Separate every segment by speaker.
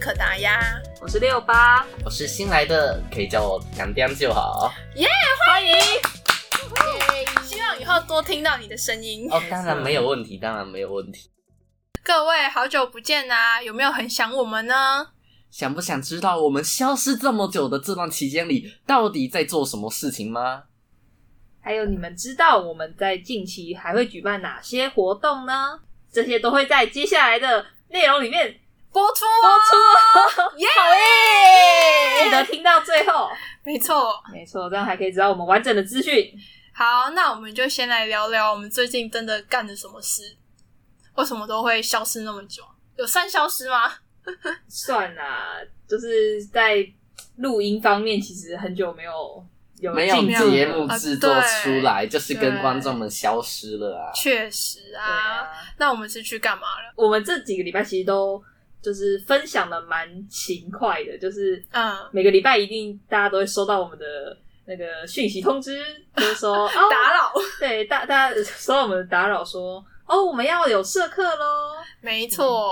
Speaker 1: 可达鸭，
Speaker 2: 我是六八，
Speaker 3: 我是新来的，可以叫我娘娘就好。
Speaker 2: 欢迎。
Speaker 1: 希望以后多听到你的声音。
Speaker 3: 哦，当然没有问题，当然没有问题。
Speaker 1: 各位好久不见啊，有没有很想我们呢？
Speaker 3: 想不想知道我们消失这么久的这段期间里，到底在做什么事情吗？
Speaker 2: 还有，你们知道我们在近期还会举办哪些活动呢？这些都会在接下来的内容里面
Speaker 1: 播出
Speaker 2: 播
Speaker 1: 哦，
Speaker 2: 出哦，
Speaker 1: 耶！哎
Speaker 2: 记得听到最后。
Speaker 1: 没错。
Speaker 2: 没错，这样还可以知道我们完整的资讯。
Speaker 1: 好，那我们就先来聊聊我们最近真的干了什么事，为什么都会消失那么久？有算消失吗？
Speaker 2: 算啦，就是在录音方面，其实很久没有有
Speaker 3: 没有
Speaker 2: 进
Speaker 1: 量
Speaker 2: 度
Speaker 3: 节
Speaker 2: 了
Speaker 3: 目
Speaker 1: 啊
Speaker 3: 制作出来，就是跟
Speaker 1: 对
Speaker 3: 观众们消失了啊。
Speaker 1: 确实
Speaker 2: 对
Speaker 1: 啊。哦
Speaker 2: 啊。
Speaker 1: 那我们是去干嘛了？
Speaker 2: 我们这几个礼拜其实都就是分享的蛮勤快的，就是
Speaker 1: 嗯，
Speaker 2: 每个礼拜一定大家都会收到我们的那个讯息通知，就是 说哦，
Speaker 1: 打扰，
Speaker 2: 对大大家收到我们的打扰说哦，我们要有社课喽。
Speaker 1: 没错。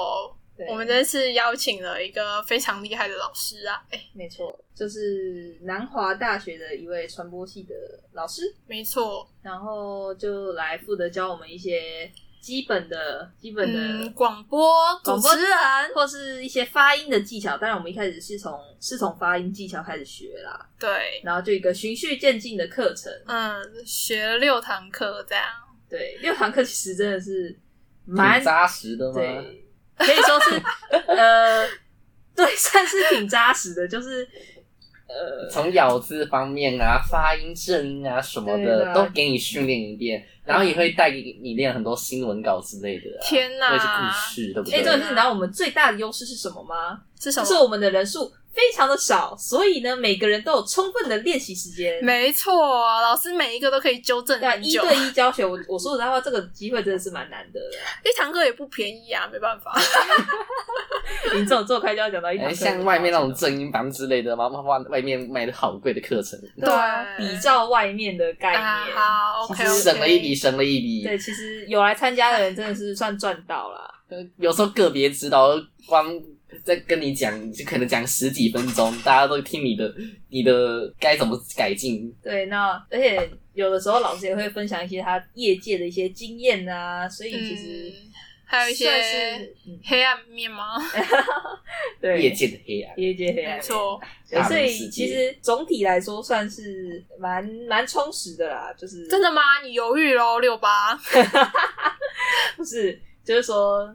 Speaker 2: 对
Speaker 1: 我们这次邀请了一个非常厉害的老师啊，哎、
Speaker 2: 没错，就是南华大学的一位传播系的老师，
Speaker 1: 没错，
Speaker 2: 然后就来负责教我们一些基本的、基本的、
Speaker 1: 嗯，广播主
Speaker 2: 广播
Speaker 1: 持人，
Speaker 2: 或是一些发音的技巧。当然，我们一开始是从是从发音技巧开始学啦，
Speaker 1: 对，
Speaker 2: 然后就一个循序渐进的课程。
Speaker 1: 嗯，学了六堂课这样，
Speaker 2: 对，六堂课其实真的是蛮
Speaker 3: 挺扎实 的吗？
Speaker 2: 对，可以说是呃，对，算是挺扎实的，就是
Speaker 3: 从咬字方面啊、发音、正音啊什么
Speaker 2: 对
Speaker 3: 的，
Speaker 2: 啦
Speaker 3: 都给你训练一遍，然后也会带给你练很多新闻稿之类的、啊，
Speaker 1: 天
Speaker 3: 或
Speaker 1: 哪
Speaker 3: 者是故事，对不啊
Speaker 2: 哎，
Speaker 3: 对？
Speaker 2: 这个是你知道我们最大的优势是什么吗？
Speaker 1: 是什
Speaker 2: 就
Speaker 1: 么？
Speaker 2: 是我们的人数非常的少，所以呢，每个人都有充分的练习时间。
Speaker 1: 没错，老师每一个都可以纠正
Speaker 2: 对啊，
Speaker 1: 很
Speaker 2: 一
Speaker 1: 久，
Speaker 2: 对一教学，我我说实在话，这个机会真的是蛮难得的。
Speaker 1: 一堂课也不便宜啊，没办法。
Speaker 2: 你这种做开就要讲到一堂
Speaker 3: 哎，
Speaker 2: 课，
Speaker 3: 像外面那种正音班之类的吗？妈妈外面卖的好贵的课程，
Speaker 2: 对啊，
Speaker 1: 对
Speaker 2: 比较外面的概
Speaker 1: 啊，
Speaker 2: 念。
Speaker 1: 好
Speaker 3: 其
Speaker 1: ，OK，
Speaker 3: 实省了一笔，省了一笔。
Speaker 2: 对，其实有来参加的人真的是算赚到啦。
Speaker 3: 呃有时候个别指导光在跟你讲，就可能讲十几分钟，大家都听你的，你的该怎么改进。
Speaker 2: 对，那而且有的时候老师也会分享一些他业界的一些经验啊，所以其实
Speaker 1: 嗯，还有一
Speaker 2: 算
Speaker 1: 些
Speaker 2: 是嗯
Speaker 1: 黑暗面吗？
Speaker 2: 对
Speaker 3: 业界的黑暗，
Speaker 2: 业界黑暗
Speaker 1: 没错，
Speaker 2: 对
Speaker 3: 大
Speaker 2: 所
Speaker 3: 人
Speaker 2: 以
Speaker 3: 世
Speaker 2: 其
Speaker 3: 界
Speaker 2: 实总体来说算是蛮蛮充实的啦，就是
Speaker 1: 真的吗？你犹豫喽，六八，
Speaker 2: 不是，就是说，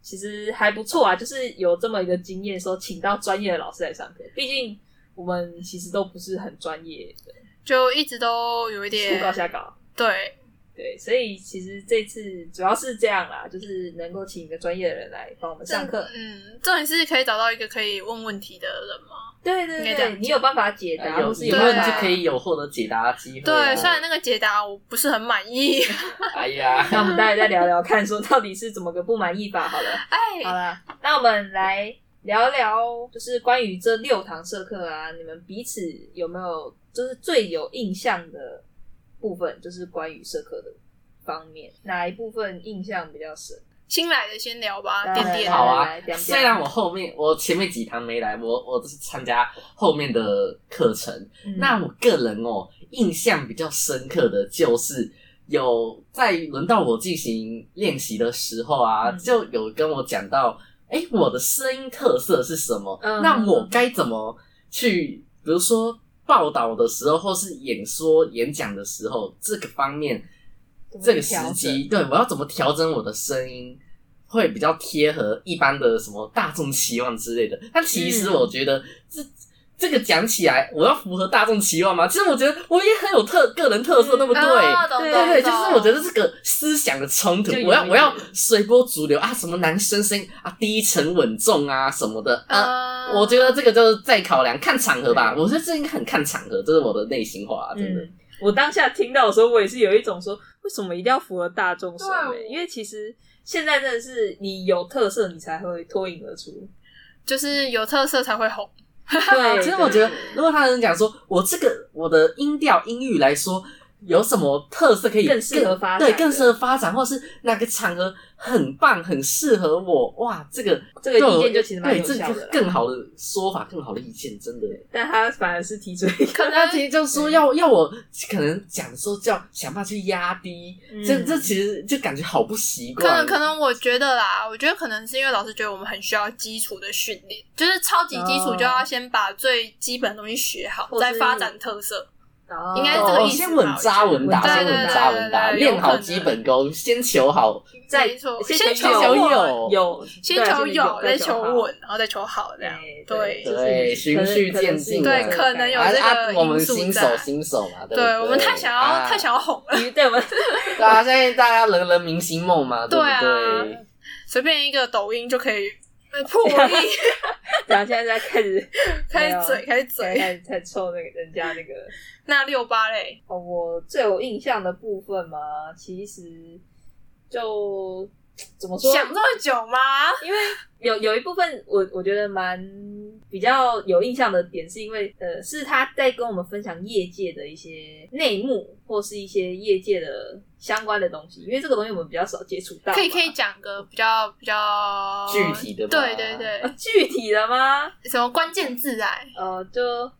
Speaker 2: 其实还不错啊，就是有这么一个经验，说请到专业的老师来上课。毕竟我们其实都不是很专业的，
Speaker 1: 就一直都有一点
Speaker 2: 初高下高。
Speaker 1: 对，
Speaker 2: 对，所以其实这次主要是这样啦，就是能够请一个专业的人来帮我们上课。
Speaker 1: 嗯，重点是可以找到一个可以问问题的人吗？
Speaker 2: 对
Speaker 1: 应
Speaker 2: 对
Speaker 1: 该这样
Speaker 2: 对，
Speaker 1: 讲呃
Speaker 2: 你有办法解答，
Speaker 3: 哎有
Speaker 2: 或是
Speaker 3: 疑
Speaker 2: 有
Speaker 3: 问
Speaker 2: 办
Speaker 3: 就
Speaker 2: 法
Speaker 3: 可。以有获得解答的机会、啊。
Speaker 1: 对，虽然那个解答我不是很满 意，
Speaker 3: 哎呀，
Speaker 2: 那我们待会再聊聊看，说到底是怎么个不满意法好了。好
Speaker 1: 哎，
Speaker 2: 啦，那我们来聊聊，就是关于这六堂社课啊，你们彼此有没有就是最有印象的部分，就是关于社课的方面，哪一部分印象比较深？
Speaker 1: 新来的先聊吧，
Speaker 2: 来
Speaker 1: 点
Speaker 2: 来
Speaker 1: 点，
Speaker 3: 好啊
Speaker 2: 来来点点
Speaker 3: 虽然我后面我前面几堂没来，我我都是参加后面的课程。
Speaker 1: 嗯
Speaker 2: 嗯
Speaker 3: 那我个人哦，印象比较深刻的就是有在轮到我进行练习的时候啊，
Speaker 2: 嗯
Speaker 3: 就有跟我讲到，哎、我的声音特色是什么？
Speaker 2: 嗯
Speaker 3: 那我该怎么去，比如说报道的时候，或是演说、演讲的时候，这个方面
Speaker 2: 怎么去
Speaker 3: 这个时机，对我要怎么调整我的声音，会比较贴合一般的什么大众期望之类的。但其实
Speaker 2: 嗯
Speaker 3: 我觉得这、这个讲起来，我要符合大众期望吗？其实我觉得我也很有特个人特色，
Speaker 2: 嗯
Speaker 3: 对不哦对？
Speaker 1: 啊懂
Speaker 2: 对
Speaker 1: 懂
Speaker 3: 对对，就是我觉
Speaker 1: 懂
Speaker 3: 得这个思想的冲突
Speaker 2: 就，有
Speaker 3: 我要
Speaker 2: 一
Speaker 3: 我要
Speaker 2: 点
Speaker 3: 随波逐流啊，什么男生声音啊低沉稳重啊什么的啊，
Speaker 1: 嗯
Speaker 3: 我觉得这个就是再考量看场合吧。
Speaker 2: 对
Speaker 3: 我觉得这应该很看场合，这是我的内心话，啊真的。
Speaker 2: 嗯，我当下听到的时候，我也是有一种说，为什么一定要符合大众审
Speaker 1: 对
Speaker 2: 美？因为其实现在真的是你有特色，你才会脱颖而出。
Speaker 1: 就是有特色才会红，
Speaker 2: 对，
Speaker 3: 其实我觉得，如果他能讲说，我这个我的音调音域来说，有什么特色可以
Speaker 2: 更适合发展
Speaker 3: 对，
Speaker 2: 的
Speaker 3: 更适合发展，或是哪个场合很棒，很适合我，哇，这个
Speaker 2: 这个意
Speaker 3: 我
Speaker 2: 见就其实蛮
Speaker 3: 对，
Speaker 2: 有
Speaker 3: 这
Speaker 2: 效的
Speaker 3: 个
Speaker 2: 啦
Speaker 3: 更好的说法，更好的意见，真 的。
Speaker 2: 但他反而是提出一个
Speaker 1: 可
Speaker 3: 他
Speaker 1: 能
Speaker 3: 其实就说要要我可能讲的时候，叫想办法去压低，
Speaker 2: 嗯
Speaker 3: 这这其实就感觉好不习
Speaker 1: 可能
Speaker 3: 惯。
Speaker 1: 可能我觉得啦，我觉得可能是因为老师觉得我们很需要基础的训练，就是超级基础
Speaker 2: 哦
Speaker 1: 就要先把最基本的东西学好，
Speaker 2: 或是
Speaker 1: 再发展特色。
Speaker 2: 哦
Speaker 1: 应该是这个
Speaker 3: 哦，
Speaker 1: 意思
Speaker 3: 先稳扎稳打，
Speaker 2: 对
Speaker 3: 先稳扎稳打，
Speaker 1: 对对对对
Speaker 3: 练好
Speaker 1: 有可能
Speaker 3: 基本功，先求好，
Speaker 2: 再
Speaker 1: 没错，
Speaker 2: 哦先
Speaker 1: 求
Speaker 3: 先求
Speaker 1: 稳
Speaker 3: 有
Speaker 2: 有
Speaker 1: 先求有，
Speaker 2: 对啊
Speaker 1: 再
Speaker 2: 先求
Speaker 1: 求
Speaker 2: 好
Speaker 1: 稳，然后再求好这样。
Speaker 2: 对
Speaker 1: 对
Speaker 2: 就是
Speaker 3: 对循序
Speaker 2: 可能
Speaker 3: 渐进
Speaker 2: 可能
Speaker 1: 对
Speaker 2: 是
Speaker 1: 可能有
Speaker 3: 啊
Speaker 1: 这个
Speaker 3: 啊，我们
Speaker 1: 因素
Speaker 3: 新手
Speaker 1: 在
Speaker 3: 新手嘛，对不
Speaker 1: 对我们太想要
Speaker 3: 啊
Speaker 1: 太想要红了，
Speaker 2: 对我们
Speaker 3: 对啊，现在大家人人明星梦嘛，对
Speaker 1: 对啊
Speaker 3: 不对？
Speaker 1: 随便一个抖音就可以呃破亿，
Speaker 2: 然后现在在 开始
Speaker 1: 开始嘴开始
Speaker 2: 在
Speaker 1: 嘴。
Speaker 2: 在在抽那个人家那个
Speaker 1: 那六八嘞，
Speaker 2: 哦，我最有印象的部分嘛，其实就怎么说？
Speaker 1: 想这么久吗？
Speaker 2: 因为有有一部分我我觉得蛮比较有印象的点，是因为呃，是他在跟我们分享业界的一些内幕，或是一些业界的相关的东西，因为这个东西我们比较少接触到嘛。
Speaker 1: 可以可 以讲个比较比较
Speaker 3: 具体的吧
Speaker 1: 对对
Speaker 2: 呃
Speaker 1: 对，
Speaker 2: 具体的吗？
Speaker 1: 什么关键字哎？
Speaker 2: 呃，就
Speaker 1: 我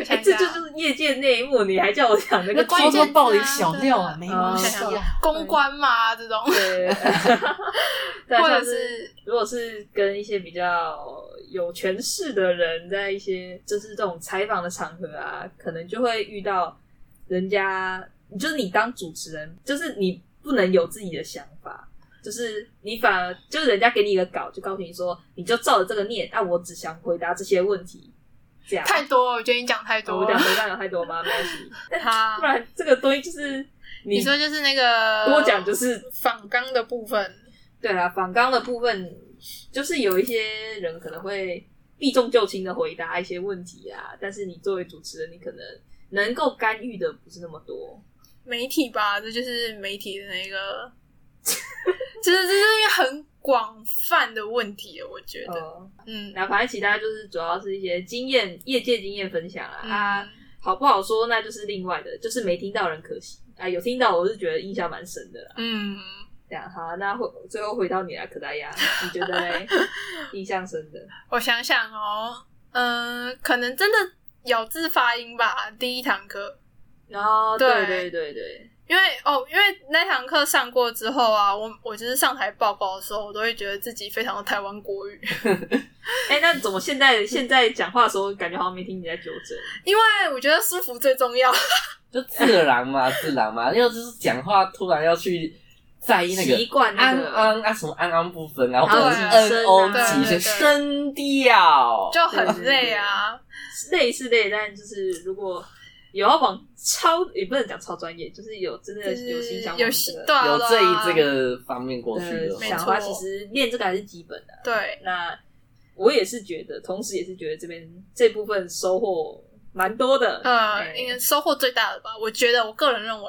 Speaker 2: 哎、
Speaker 1: 想一
Speaker 2: 这
Speaker 1: 下
Speaker 2: 就就是业界内幕，你还叫我讲那个
Speaker 3: 那
Speaker 1: 关键
Speaker 3: 偷
Speaker 1: 字
Speaker 3: 偷
Speaker 1: 啊
Speaker 3: 爆点小料啊，没
Speaker 1: 对
Speaker 3: 关
Speaker 1: 我
Speaker 3: 系
Speaker 1: 想想
Speaker 3: 啊。
Speaker 1: 公关嘛这种，
Speaker 2: 对， 对啊
Speaker 1: 或
Speaker 2: 像
Speaker 1: 者
Speaker 2: 是
Speaker 1: 是
Speaker 2: 如果是跟一些比较有权势的人，在一些就是这种采访的场合啊，可能就会遇到人家，就是你当主持人，就是你不能有自己的想法，就是你反而就是人家给你一个稿，就告诉你说，你就照着这个念，啊，我只想回答这些问题，这样。
Speaker 1: 太多了，我觉得你讲太
Speaker 2: 我
Speaker 1: 多
Speaker 2: 讲
Speaker 1: 了。
Speaker 2: 回答有太多吗？没关系，
Speaker 1: 好
Speaker 2: 不，然这个东西就是
Speaker 1: 你说就是那个
Speaker 2: 多讲就是
Speaker 1: 仿纲的部分，
Speaker 2: 对啦，反纲的部分就是有一些人可能会避重就轻的回答一些问题啊，但是你作为主持人，你可能能够干预的不是那么多。
Speaker 1: 媒体吧，这就是媒体的那个， 就是这是一个很广泛的问题，我觉得，
Speaker 2: 呃，
Speaker 1: 嗯
Speaker 2: 那反正其他就是主要是一些经验、业界经验分享啦、啊，
Speaker 1: 啊，
Speaker 2: 好不好说那就是另外的，就是没听到人可惜啊，有听到我是觉得印象蛮深的啦。
Speaker 1: 嗯，
Speaker 2: 这样好，啊那回最后回到你啊啦，可达鸭，你觉得嘞？印象深的
Speaker 1: 我想想哦，嗯，可能真的咬字发音吧，第一堂课，
Speaker 2: 哦，对
Speaker 1: 对
Speaker 2: 对对对，
Speaker 1: 因为哦，因为那堂课上过之后啊，我我就是上台报告的时候，我都会觉得自己非常的台湾国语，
Speaker 2: 哎、那怎么现在现在讲话的时候，感觉好像没听你在纠正？
Speaker 1: 因为我觉得舒服最重要。
Speaker 2: 哦
Speaker 3: 就自然嘛，自然嘛，因为就是讲话突然要去在意哎那个
Speaker 2: 习惯那
Speaker 3: 安
Speaker 2: 个
Speaker 3: 安啊什么安安不分啊，或
Speaker 2: 对
Speaker 3: 者是 N O 几
Speaker 1: 对对对
Speaker 3: 些声调，
Speaker 1: 就很累啊。
Speaker 2: 累是累，但就是如果有要往超，也不能讲超专业，就是有真的
Speaker 1: 就是
Speaker 2: 有心想
Speaker 1: 有
Speaker 2: 往这
Speaker 1: 心
Speaker 2: 个
Speaker 1: 对啊
Speaker 3: 有
Speaker 1: 对
Speaker 3: 这一
Speaker 1: 啊
Speaker 3: 这个方面过去的
Speaker 2: 呃
Speaker 1: 没
Speaker 3: 话
Speaker 2: 想
Speaker 1: 错
Speaker 2: 法，其实练这个还是基本的啊、
Speaker 1: 对，
Speaker 2: 那我也是觉得，同时也是觉得这边这部分收获蛮多的。
Speaker 1: 呃，
Speaker 2: 哎
Speaker 1: 应该收获最大的吧？我觉得，我个人认为，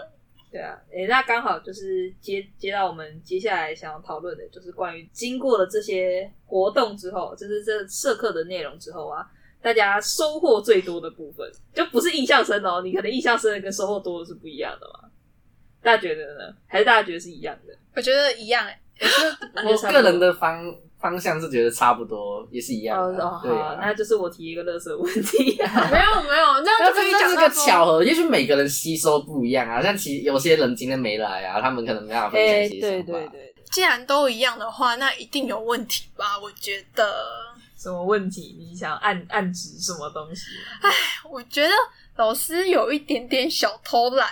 Speaker 2: 对啊，诶、那刚好就是接接到我们接下来想要讨论的，就是关于经过了这些活动之后，就是这社课的内容之后啊，大家收获最多的部分，就不是印象深哦，你可能印象深的跟收获多的是不一样的嘛。大家觉得呢？还是大家觉得是一样的？
Speaker 1: 我觉得一 样、欸。
Speaker 3: 我个人的方方向是觉得差不多，也是一样的
Speaker 2: 哦
Speaker 3: 啊，，
Speaker 2: 好，
Speaker 3: 对啊。
Speaker 2: 那就是我提一个乐色问题、
Speaker 1: 没有没有，这样
Speaker 3: 那
Speaker 1: 就可以
Speaker 3: 这
Speaker 1: 讲
Speaker 3: 是
Speaker 1: 到
Speaker 3: 个
Speaker 1: 说
Speaker 3: 巧合，也许每个人吸收不一样啊。像其有些人今天没来啊，他们可能没办法分享
Speaker 2: 哎、
Speaker 3: 一些
Speaker 2: 对
Speaker 3: 想法。
Speaker 2: 对对，
Speaker 1: 既然都一样的话，那一定有问题吧？我觉得，
Speaker 2: 什么问题？你想暗暗指什么东西？
Speaker 1: 我觉得老师有一点点小偷 懒，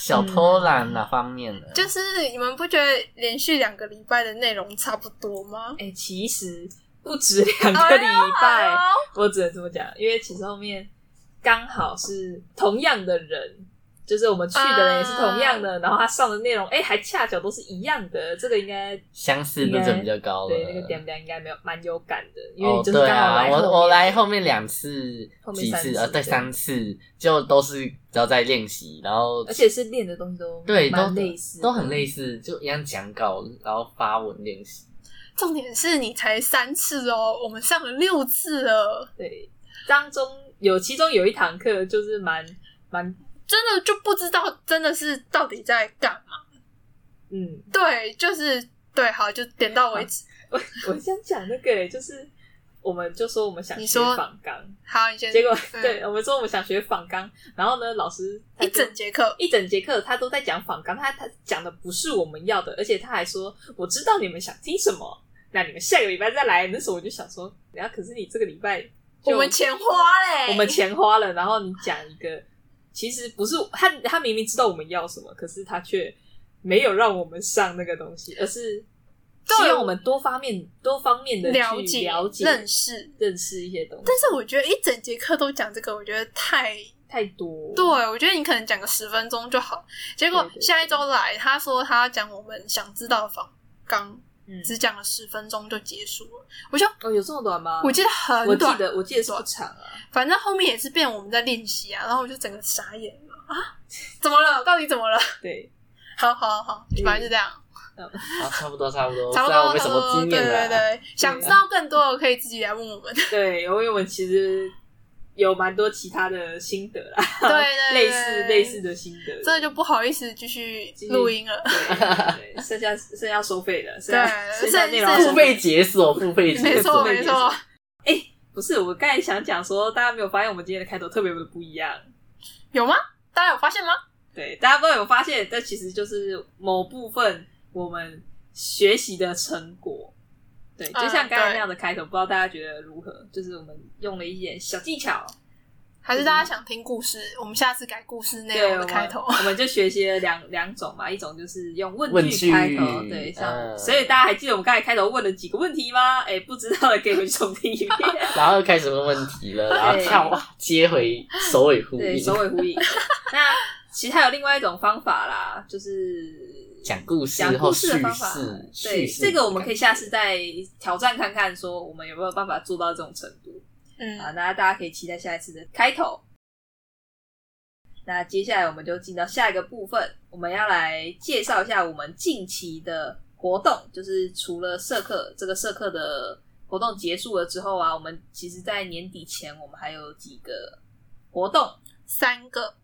Speaker 3: 小偷懒哪方面
Speaker 2: 嗯
Speaker 3: 呢？
Speaker 1: 就是你们不觉得连续两个礼拜的内容差不多吗？
Speaker 2: 哎、其实不止两个礼拜。
Speaker 1: 哎呦
Speaker 2: 我只能这么讲，因为其实后面刚好是同样的人，就是我们去的人也是同样
Speaker 3: 啊
Speaker 2: 的，然后他上的内容，哎、还恰巧都是一样的，这个应该
Speaker 3: 相似度就比较高了。
Speaker 2: 对那个点点应该没有蛮有感的，因为
Speaker 3: 哦，
Speaker 2: 你就是
Speaker 3: 对
Speaker 2: 刚好
Speaker 3: 啊，
Speaker 2: 来后面、
Speaker 3: 我我来后面两次
Speaker 2: 后，面
Speaker 3: 几
Speaker 2: 三
Speaker 3: 次
Speaker 2: 次
Speaker 3: 呃，对，
Speaker 2: 对
Speaker 3: 三次就都是只要在练习，然后
Speaker 2: 而且是练的东西都
Speaker 3: 对都
Speaker 2: 蛮类似的，
Speaker 3: 都很类似，就一样讲稿，然后发文练习。
Speaker 1: 重点是你才三次哦，我们上了六次了，
Speaker 2: 对。当中有其中有一堂课就是蛮蛮
Speaker 1: 真的就不知道真的是到底在干嘛。
Speaker 2: 嗯，
Speaker 1: 对，就是对，好，就点到为止。
Speaker 2: 我我想讲那个、就是我们就说我们想
Speaker 1: 你
Speaker 2: 学
Speaker 1: 说
Speaker 2: 仿钢，
Speaker 1: 好，你先
Speaker 2: 结果、
Speaker 1: 嗯
Speaker 2: 对我们说我们想学仿钢，然后呢，老师他
Speaker 1: 一
Speaker 2: 就
Speaker 1: 整节课，
Speaker 2: 一整节课他都在讲仿钢，他他讲的不是我们要的，而且他还说我知道你们想听什么，那你们下个礼拜再来。那时候我就想说，然后可是你这个礼拜就
Speaker 1: 我们钱花嘞，
Speaker 2: 我们钱花了，然后你讲一个，其实不是他他明明知道我们要什么，可是他却没有让我们上那个东西，而是希望我们多方面多方面的
Speaker 1: 了
Speaker 2: 去
Speaker 1: 解、
Speaker 2: 了解
Speaker 1: 认识。
Speaker 2: 认识一些东西，
Speaker 1: 但是我觉得一整节课都讲这个，我觉得太
Speaker 2: 太多
Speaker 1: 对，我觉得你可能讲个十分钟就好。结果
Speaker 2: 对对
Speaker 1: 下一周来，他说他要讲我们想知道的访纲，
Speaker 2: 嗯
Speaker 1: 只讲了十分钟就结束了。
Speaker 2: 哦，有这么短吗？
Speaker 1: 我记得
Speaker 2: 我
Speaker 1: 很
Speaker 2: 记
Speaker 1: 短，
Speaker 2: 得我记得是不长啊，
Speaker 1: 反正后面也是变我们在练习啊，然后我就整个傻眼了啊，怎么了？到底怎么了？
Speaker 2: 对，
Speaker 1: 好好好
Speaker 2: 嗯，
Speaker 1: 反正就这样，
Speaker 3: 好，啊差不多，差 不多，
Speaker 1: 差不
Speaker 3: 虽然我
Speaker 1: 多，
Speaker 3: 没
Speaker 1: 差
Speaker 3: 什
Speaker 1: 不
Speaker 3: 么
Speaker 1: 多，
Speaker 3: 经
Speaker 1: 对
Speaker 3: 验啊
Speaker 2: 啊
Speaker 1: 对
Speaker 3: 啦，
Speaker 1: 对，想知道更多的可以自己来问我 们，对
Speaker 2: 对，因为我们其实有蛮多其他的心得啦，
Speaker 1: 对，
Speaker 2: 类似类似，的心得，
Speaker 1: 这就不好意思继续
Speaker 2: 继续
Speaker 1: 录音了，
Speaker 2: 对，对剩下剩下收费的，剩下
Speaker 1: 对
Speaker 2: 剩下
Speaker 1: 剩
Speaker 2: 内容
Speaker 1: 剩
Speaker 2: 要
Speaker 3: 付
Speaker 2: 收费
Speaker 3: 费解锁，付费解
Speaker 1: 没
Speaker 3: 锁
Speaker 1: 错，
Speaker 2: 对
Speaker 1: 没错，
Speaker 2: 不是，我刚才想讲说，大家没有发现我们今天的开头特别的不一样。
Speaker 1: 有吗？大家有发现吗？
Speaker 2: 对，大家不知道有发现，但其实就是某部分我们学习的成果。对，就像
Speaker 1: 嗯
Speaker 2: 刚才那
Speaker 1: 对
Speaker 2: 样的开头，不知道大家觉得如何？就是我们用了一点小技巧，
Speaker 1: 还是大家想听故事？我们下次改故事内
Speaker 2: 对，我
Speaker 1: 容的
Speaker 2: 们
Speaker 1: 开头。
Speaker 2: 我们就学习了两两种嘛，一种就是用问
Speaker 3: 问
Speaker 2: 句开
Speaker 3: 句
Speaker 2: 头，对，像、
Speaker 3: 嗯
Speaker 2: 所以大家还记得我们刚才开头问了几个问题吗？哎，不知道的可以回去重听一遍。
Speaker 3: 然后又开始问问题了，然后
Speaker 2: 对
Speaker 3: 跳哇接回首尾呼
Speaker 2: 对，
Speaker 3: 应，
Speaker 2: 首尾呼应。那其实还有另外一种方法啦，就是
Speaker 3: 讲故事
Speaker 2: 讲
Speaker 3: 或
Speaker 2: 故事
Speaker 3: 叙
Speaker 2: 的方法。
Speaker 3: 事，
Speaker 2: 对，
Speaker 3: 叙事
Speaker 2: 这个我们可以下次再挑战看看，说我们有没有办法做到这种程度
Speaker 1: 嗯，
Speaker 2: 啊？那大家可以期待下一次的开头。那接下来我们就进到下一个部分，我们要来介绍一下我们近期的活动，就是除了社课这个社课的活动结束了之后啊，我们其实在年底前我们还有几个活动，
Speaker 1: 三个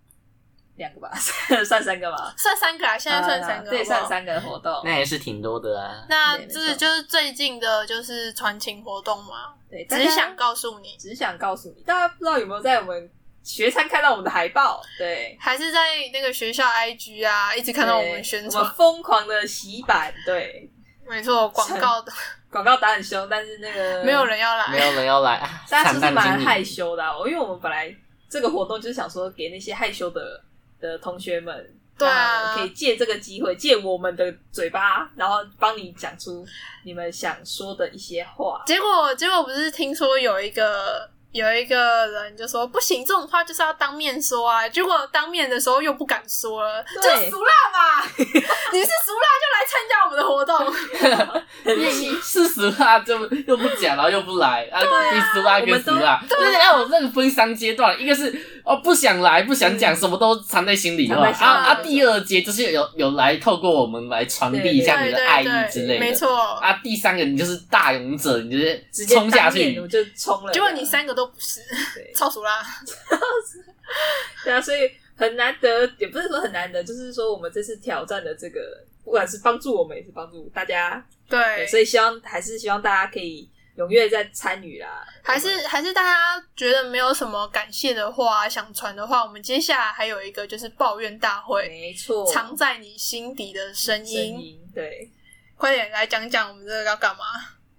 Speaker 2: 两个吧， 算三个吧。
Speaker 1: 算三个啊，现在算三
Speaker 2: 啊
Speaker 1: 个，
Speaker 2: 对，
Speaker 1: 好不好
Speaker 2: 算。三个活动。
Speaker 3: 那也是挺多的啊。
Speaker 1: 那
Speaker 2: 对没
Speaker 1: 这
Speaker 2: 错
Speaker 1: 就是最近的，就是传情活动嘛，
Speaker 2: 对，
Speaker 1: 只
Speaker 2: 大
Speaker 1: 是
Speaker 2: 家
Speaker 1: 想告诉你，
Speaker 2: 只想告诉你，大家不知道有没有在我们学餐看到我们的海报？对，
Speaker 1: 还是在那个学校 IG 啊，一直看到我们宣
Speaker 2: 对我
Speaker 1: 传
Speaker 2: 们，疯狂的洗版，对，
Speaker 1: 没错，广告 的
Speaker 2: 广告打很凶，但是那个
Speaker 1: 没有，人要
Speaker 3: 没
Speaker 1: 来，
Speaker 3: 有人要来 啊！
Speaker 2: 大家其
Speaker 3: 惨
Speaker 2: 实
Speaker 3: 淡
Speaker 2: 蛮
Speaker 3: 经
Speaker 2: 害
Speaker 3: 理，
Speaker 2: 羞的啊、因为我们本来这个活动就是想说给那些害羞的的同学们。
Speaker 1: 对啊
Speaker 2: 让他们可以借这个机会，借我们的嘴巴，然后帮你讲出你们想说的一些话。
Speaker 1: 结果结果不是听说有一个。有一个人就说不行，这种话就是要当面说啊。结果当面的时候又不敢说了，
Speaker 2: 对
Speaker 1: 就俗辣 嘛！你是俗辣就来参加我们的活动，
Speaker 3: 是俗辣就又不讲，然后又不来啊！一俗辣跟俗辣，就是哎，我那个分三阶段，一个是哦不想来，不想讲，什么都藏在心里
Speaker 2: 嗯藏
Speaker 3: 了
Speaker 2: 在
Speaker 3: 啊
Speaker 2: 心里
Speaker 3: 啊！第二阶就是有有来透过我们来传递一下
Speaker 1: 对
Speaker 3: 你的爱
Speaker 1: 对
Speaker 3: 意之
Speaker 1: 对，
Speaker 3: 类
Speaker 1: 没
Speaker 3: 的。
Speaker 1: 错。
Speaker 3: 啊，第三个你就是大勇者，你
Speaker 2: 直接
Speaker 3: 直接冲下
Speaker 2: 当面
Speaker 3: 去
Speaker 2: 我，就冲了。
Speaker 1: 结果你三个都不是，
Speaker 2: 对
Speaker 1: 超熟啦。
Speaker 2: 对啊，所以很难得，也不是说很难得，就是说我们这次挑战的这个，不管是帮助我们，也是帮助大家，对
Speaker 1: 对，
Speaker 2: 所以希望还是希望大家可以踊跃在参与啦。
Speaker 1: 还是还是大家觉得没有什么感谢的话想传的话，我们接下来还有一个就是抱怨大
Speaker 2: 我们
Speaker 1: 会，
Speaker 2: 没错，
Speaker 1: 藏在你心底的声
Speaker 2: 声
Speaker 1: 音。
Speaker 2: 音，对
Speaker 1: 快点来讲讲我们这个要干嘛？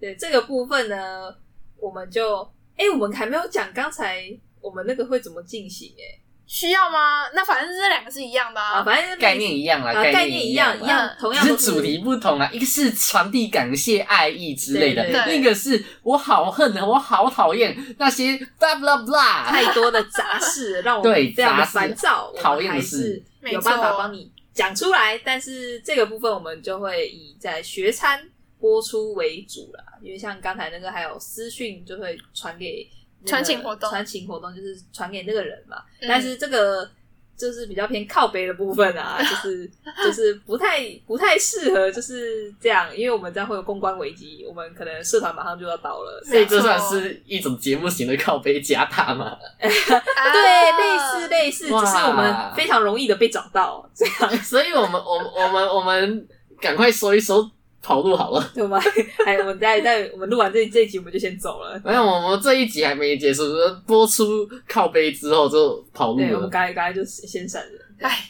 Speaker 2: 对，这个部分呢，我们就哎、我们还没有讲刚才我们那个会怎么进行哎、
Speaker 1: 需要吗？那反正这两个是一样的
Speaker 2: 啊，
Speaker 1: 啊。
Speaker 2: 反正
Speaker 3: 概念一样啦，
Speaker 2: 啊，概
Speaker 3: 念
Speaker 2: 一
Speaker 3: 样
Speaker 2: 一
Speaker 3: 啦，
Speaker 2: 样，同样
Speaker 3: 只
Speaker 2: 都
Speaker 3: 是主题不同啦，一个是传递感谢、爱意之类的，
Speaker 2: 对
Speaker 1: 对对
Speaker 3: 那个是我好恨啊，我好讨厌那些 blah blah blah。
Speaker 2: 太多的杂 事，让我们
Speaker 3: 对
Speaker 2: 非常的
Speaker 3: 杂事
Speaker 2: 烦躁，
Speaker 3: 讨
Speaker 2: 我们
Speaker 3: 厌的
Speaker 2: 还是
Speaker 3: 事
Speaker 2: 有办
Speaker 1: 没
Speaker 2: 法
Speaker 1: 错
Speaker 2: 帮你讲出来。但是这个部分我们就会以在学餐播出为主啦，因为像刚才那个还有私讯就会传给那个
Speaker 1: 传情活动
Speaker 2: 传情活动就是传给那个人嘛。
Speaker 1: 嗯
Speaker 2: 但是这个就是比较偏靠背的部分 啊，就是就是不太不太适合就是这样，因为我们这样会有公关危机，我们可能社团马上就要倒了。
Speaker 3: 所以这算是一种节目型的靠背加大嘛？
Speaker 1: 啊
Speaker 2: 对，类似类似，只
Speaker 3: 哇
Speaker 2: 是我们非常容易的被找到，这样
Speaker 3: 所以我们我们我们我们赶快收一收跑路好了。
Speaker 2: 对吗？ 哎，我们在在我们录完这这一集，我们就先走了。
Speaker 3: 没有，我们这一集还没结束，播出靠背之后就
Speaker 1: 哦
Speaker 3: 跑路
Speaker 2: 对，我们
Speaker 3: 了。
Speaker 2: 刚才刚才就先闪人。
Speaker 1: 哎，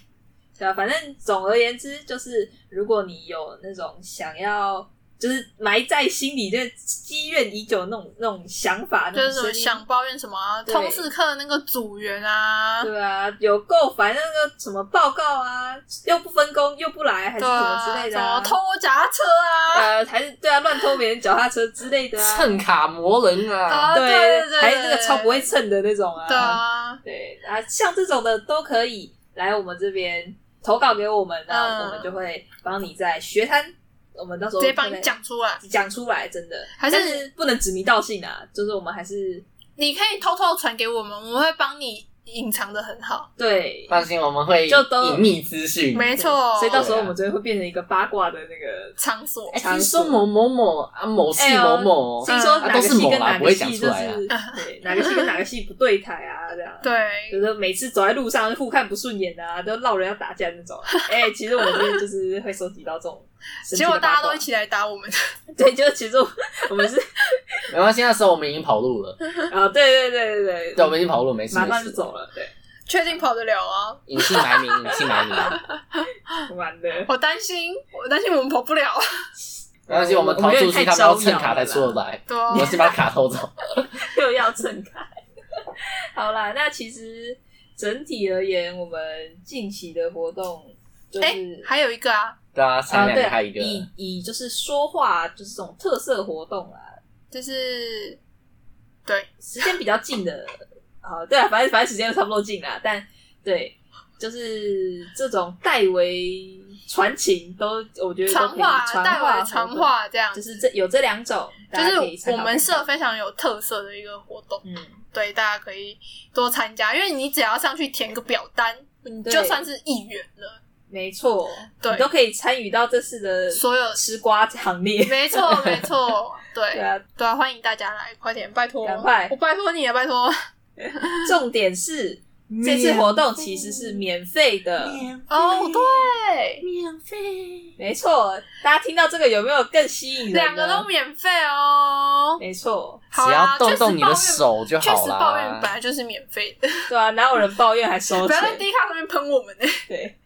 Speaker 2: 对啊，反正总而言之，就是如果你有那种想要，就是埋在心里，就是积怨已久的那种那种想法，
Speaker 1: 就是什
Speaker 2: 那
Speaker 1: 么
Speaker 2: 种声音
Speaker 1: 想抱怨什么啊
Speaker 2: 对
Speaker 1: 通识课那个组员啊，
Speaker 2: 对啊，有够烦那个什么报告啊，又不分工又不来，还是
Speaker 1: 对
Speaker 2: 什么
Speaker 1: 啊，
Speaker 2: 之类的、
Speaker 1: 什么
Speaker 2: 啊，
Speaker 1: 偷我脚踏车啊，
Speaker 2: 呃，还是对啊，乱偷别人脚踏车之类的啊，
Speaker 3: 趁卡磨人啊！
Speaker 1: 啊
Speaker 2: 对
Speaker 1: 对对对
Speaker 2: 还是那个超不会蹭的那种啊，
Speaker 1: 对啊，
Speaker 2: 对啊，像这种的都可以来我们这边投稿给我们，然后
Speaker 1: 嗯
Speaker 2: 我们就会帮你在学摊，我们到时候
Speaker 1: 直接帮
Speaker 2: 会
Speaker 1: 你
Speaker 2: 在
Speaker 1: 讲出来。
Speaker 2: 讲出来，真的，
Speaker 1: 还是
Speaker 2: 但是不能指名道姓啊，就是我们还是
Speaker 1: 你可以偷偷传给我们，我们会帮你隐藏的很好。
Speaker 2: 对，
Speaker 3: 放心，我们会
Speaker 2: 就都
Speaker 3: 隐秘资讯。
Speaker 1: 没错，
Speaker 2: 嗯所以到时候
Speaker 3: 对啊
Speaker 2: 我们这边会变成一个八卦的那个，
Speaker 1: 场所
Speaker 3: 哎，听说某某某啊，某系
Speaker 2: 哎呦
Speaker 3: 某某，
Speaker 2: 听说
Speaker 1: 嗯
Speaker 2: 哪个
Speaker 3: 啊都是
Speaker 2: 系
Speaker 3: 某
Speaker 2: 跟
Speaker 3: 啦
Speaker 2: 哪
Speaker 3: 不
Speaker 2: 个
Speaker 3: 会讲
Speaker 2: 系
Speaker 3: 出
Speaker 2: 就是、
Speaker 3: 来啊
Speaker 2: 对哪个系跟哪个系不对台啊，这样。就
Speaker 1: 对，
Speaker 2: 是每次走在路上互看不顺眼啊，都闹人要打架那种啊。哎、其实我们这边就是 会收集到这种神奇
Speaker 1: 结
Speaker 2: 的八
Speaker 1: 果
Speaker 2: 卦，
Speaker 1: 大家都一起来打我们，
Speaker 2: 对，就是其实我我们是
Speaker 3: 没关系，那时候我们已经 跑路了，
Speaker 2: 啊，对对对对
Speaker 3: 对，我们已经跑路，没事，
Speaker 2: 马上
Speaker 3: 没
Speaker 2: 就
Speaker 3: 事
Speaker 2: 走，了，对，
Speaker 1: 确定跑得了啊？
Speaker 3: 隐姓埋名，隐姓埋 名。
Speaker 2: 完了。
Speaker 1: 我担心，我担心我们跑不了。
Speaker 3: 没关系，我们
Speaker 2: 我
Speaker 3: 逃
Speaker 2: 们有
Speaker 3: 出
Speaker 2: 点太
Speaker 3: 去，他们要
Speaker 2: 招
Speaker 3: 趁
Speaker 2: 摇
Speaker 3: 卡才
Speaker 2: 了
Speaker 3: 出得
Speaker 2: 啦
Speaker 3: 来。
Speaker 1: 对啊
Speaker 3: 我，先把卡偷走。
Speaker 2: 又要撑开。好啦，那其实整体而言，我们近期的活动就是、
Speaker 1: 哎，还有一个啊，
Speaker 3: 对啊，
Speaker 2: 啊
Speaker 3: 三
Speaker 2: 对
Speaker 3: 两
Speaker 2: 啊，
Speaker 3: 开一个，
Speaker 2: 以以就是说话就是这种特色活动啊啦，
Speaker 1: 就是对，
Speaker 2: 时间比较近的， 啊，对啊，反正反正时间都差不多近啦，但对，就是这种代为传情都，我觉得都
Speaker 1: 传
Speaker 2: 可以
Speaker 1: 话
Speaker 2: 传
Speaker 1: 代
Speaker 2: 话
Speaker 1: 为
Speaker 2: 活
Speaker 1: 传
Speaker 2: 动，
Speaker 1: 话这样
Speaker 2: 就
Speaker 1: 子，
Speaker 2: 是这有这两种，大家可
Speaker 1: 就
Speaker 2: 以
Speaker 1: 是
Speaker 2: 参
Speaker 1: 我
Speaker 2: 考
Speaker 1: 们
Speaker 2: 看看
Speaker 1: 社非常有特色的一个活动，
Speaker 2: 嗯。
Speaker 1: 对，大家可以多参加，因为你只要上去填个表单，你
Speaker 2: 嗯对
Speaker 1: 就算是议员了，
Speaker 2: 没错，
Speaker 1: 对
Speaker 2: 你都可以参与到这次的
Speaker 1: 所有
Speaker 2: 吃瓜行列。
Speaker 1: 没错，没错，对
Speaker 2: 对，啊，
Speaker 1: 对啊，欢迎大家来，快点，拜托，
Speaker 2: 赶快
Speaker 1: 我拜托你了，拜托。
Speaker 2: 重点是这次活动其实是免费的，
Speaker 1: 哦，对，
Speaker 3: 免费，
Speaker 2: 没错。大家听到这个有没有更吸引人？
Speaker 1: 两个都，免费哦。
Speaker 2: 没错，
Speaker 1: 好
Speaker 3: 只
Speaker 1: 啦
Speaker 3: 要，动
Speaker 1: 确实
Speaker 3: 动你的
Speaker 1: 抱怨
Speaker 3: 手就
Speaker 1: 确
Speaker 3: 好
Speaker 1: 实抱怨本
Speaker 3: 啦。
Speaker 1: 来就是免费的，
Speaker 2: 对啊，哪有人抱怨还收
Speaker 1: 不
Speaker 2: 钱
Speaker 1: 要？在 D 卡上面喷我们、欸。
Speaker 2: 对。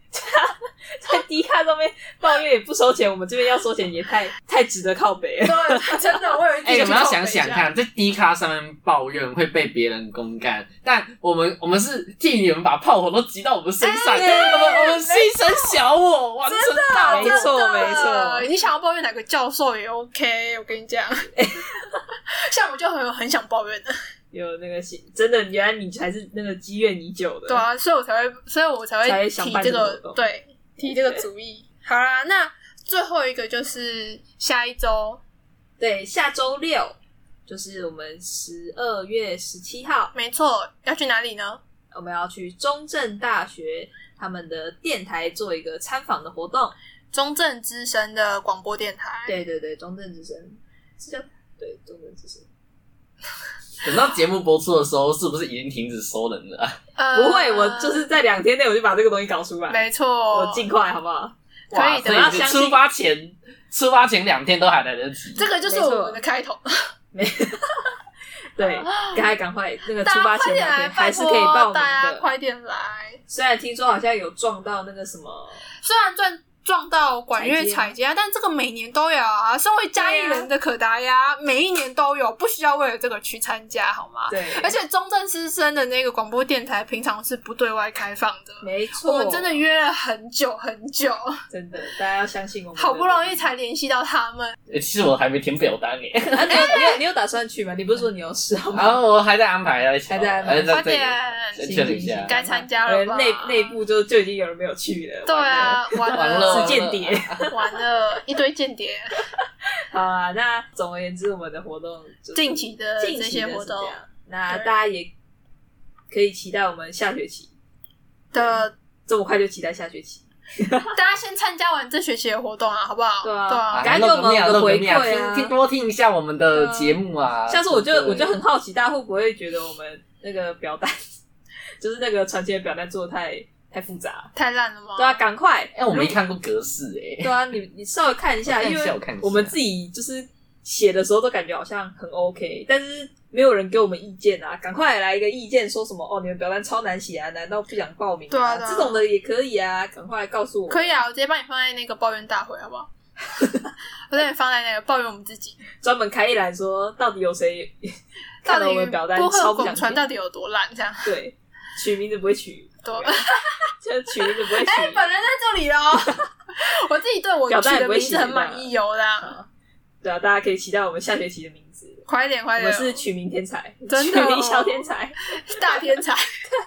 Speaker 2: 在低卡上面抱怨也不收钱，我们这边要收钱也太太值得靠北了。
Speaker 1: 对，真的，我有一
Speaker 3: 哎、 你们要想想，看，在 D 咖上面抱怨会被别人公干，但我们我们是替你们把炮火都集到我们身上，
Speaker 2: 哎
Speaker 3: 我们我们牺牲小我，完成大
Speaker 2: 没
Speaker 3: 我。
Speaker 2: 错
Speaker 1: 真的
Speaker 2: 没错
Speaker 1: 你想要抱怨哪个教授也 OK，我跟你讲，像我就很很想抱怨的，
Speaker 2: 有那个心，真的，原来你才是那个积怨已久的。
Speaker 1: 对啊，所以我才会，所以我才
Speaker 2: 才
Speaker 1: 会
Speaker 2: 会想
Speaker 1: 提
Speaker 2: 办
Speaker 1: 这
Speaker 2: 这个活
Speaker 1: 个
Speaker 2: 动，
Speaker 1: 对，提这个主意。好啦，那最后一个就是下一周，
Speaker 2: 对，下周六就是我们十二月十七号，
Speaker 1: 没错，要去哪里呢？
Speaker 2: 我们要去中正大学他们的电台做一个参访的活动。
Speaker 1: 中正之声的广播电台，
Speaker 2: 对对对，中正之声，是叫对中正之声，
Speaker 3: 等到节目播出的时候，是不是已经停止收人了啊？
Speaker 1: 呃，
Speaker 2: 不会，我就是在两天内我就把这个东西搞出来，
Speaker 1: 没错，
Speaker 2: 我尽快好不好？
Speaker 1: 可以 的
Speaker 3: 啊哇
Speaker 2: 我
Speaker 3: 所
Speaker 2: 要
Speaker 3: 以
Speaker 2: 相信
Speaker 3: 出发前，出发前两天都还来得及。
Speaker 1: 这个就是我们的开头，
Speaker 2: 没，对，赶快赶快那个出发
Speaker 1: 啊大家快
Speaker 2: 前
Speaker 1: 点
Speaker 2: 两
Speaker 1: 来，
Speaker 2: 天还
Speaker 1: 拜
Speaker 2: 是可以报
Speaker 1: 托
Speaker 2: 名
Speaker 1: 大家
Speaker 2: 的。
Speaker 1: 快点来。
Speaker 2: 虽然听说好像有撞到那个什么，
Speaker 1: 虽然撞撞到管乐
Speaker 2: 采
Speaker 1: 采家，啊但这个每年都有啊。身为嘉义人的可达鸭，每一年都有，不需要为了这个去参加，好吗？
Speaker 2: 对，
Speaker 1: 而且中正师生的那个广播电台平常是不对外开放的，
Speaker 2: 没错，
Speaker 1: 我们真的约了很久很久，
Speaker 2: 真的，大家要相信我们的。
Speaker 1: 好不容易才联系到他们。
Speaker 3: 欸其实我还没填表单耶，
Speaker 2: 啊，你有 你有你有打算去吗？你不是说你有事好吗？
Speaker 3: 然后我还在安排啊，
Speaker 2: 还在安排
Speaker 3: 还在
Speaker 1: 快
Speaker 3: 这里
Speaker 1: 点，
Speaker 3: 先确认一下。
Speaker 1: 该参加了吧
Speaker 2: 内内部就就已经有人没有去了。
Speaker 1: 对啊，完
Speaker 3: 完
Speaker 1: 了，
Speaker 3: 了，
Speaker 2: 是间谍。
Speaker 1: 完了，一堆间谍。
Speaker 2: 好啊，那总而言之，我们的活动就是
Speaker 1: 近期的
Speaker 2: 近
Speaker 1: 这
Speaker 2: 期
Speaker 1: 些
Speaker 2: 的是
Speaker 1: 活
Speaker 2: 这
Speaker 1: 动，
Speaker 2: 样，那
Speaker 1: 对
Speaker 2: 大家也可以期待我们下学期
Speaker 1: 的，
Speaker 2: 这么快就期待下学期？
Speaker 1: 大家先参加完这学期的活动啊，好不好？
Speaker 2: 对
Speaker 1: 对
Speaker 2: 啊
Speaker 3: 啊
Speaker 2: 赶紧
Speaker 3: 露个
Speaker 2: 给
Speaker 3: 面
Speaker 2: 我们
Speaker 3: 露个
Speaker 2: 回
Speaker 3: 面
Speaker 2: 馈啊
Speaker 3: 听听多听一下我们的
Speaker 2: 对啊
Speaker 3: 节目啊。
Speaker 2: 下次我就
Speaker 3: 对不对
Speaker 2: 我就很好奇，大家会不会觉得我们那个表单， 就是那个传奇的表单做的太太复杂？
Speaker 1: 太烂了吗？
Speaker 2: 对啊，赶快！
Speaker 3: 哎、我没看过格式哎、
Speaker 2: 对啊，你你稍微看一下，
Speaker 3: 我看一
Speaker 2: 因
Speaker 3: 下
Speaker 2: 为
Speaker 3: 我看一下
Speaker 2: 我们自己就是写的时候都感觉好像很 OK，但是没有人给我们意见啊，赶快来一个意见，说什么哦，你们表单超难写啊，难道不想报名、
Speaker 1: 对啊对啊
Speaker 2: 这种的也可以啊，赶快告诉我。
Speaker 1: 可以，啊，我直接帮你放在那个抱怨大会，好 不好？我帮你放在那个抱怨我们自己，
Speaker 2: 专门开一栏说到底有谁看
Speaker 1: 到底
Speaker 2: 了我们表单
Speaker 1: 波
Speaker 2: 超
Speaker 1: 赫
Speaker 2: 不想
Speaker 1: 广传
Speaker 2: 听
Speaker 1: 到底有多烂？这 样
Speaker 2: 对取名字不会取，
Speaker 1: 多。
Speaker 2: 就是取名字不会取。
Speaker 1: 哎、本人在这里 哦。我自己对我
Speaker 2: 表单
Speaker 1: 取
Speaker 2: 也
Speaker 1: 的
Speaker 2: 不会
Speaker 1: 名
Speaker 2: 写
Speaker 1: 字很满意哦啦，
Speaker 2: 对啊，大家可以期待我们下学期的名字。
Speaker 1: 快点快
Speaker 2: 我
Speaker 1: 点
Speaker 2: 们，是取名天才，
Speaker 1: 哎真
Speaker 2: 取
Speaker 1: 的哦
Speaker 2: 名小 天才。
Speaker 1: 大天才。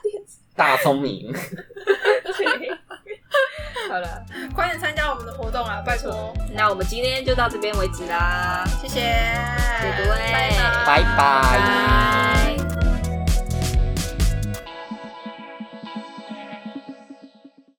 Speaker 3: 大聪明，
Speaker 2: 对，好了，
Speaker 1: 快点参加我们的活动啊，拜托，
Speaker 2: 那我们今天就到这边为止啦，
Speaker 1: 谢谢，
Speaker 2: 谢各位
Speaker 1: 拜拜，
Speaker 3: 拜拜
Speaker 2: 拜。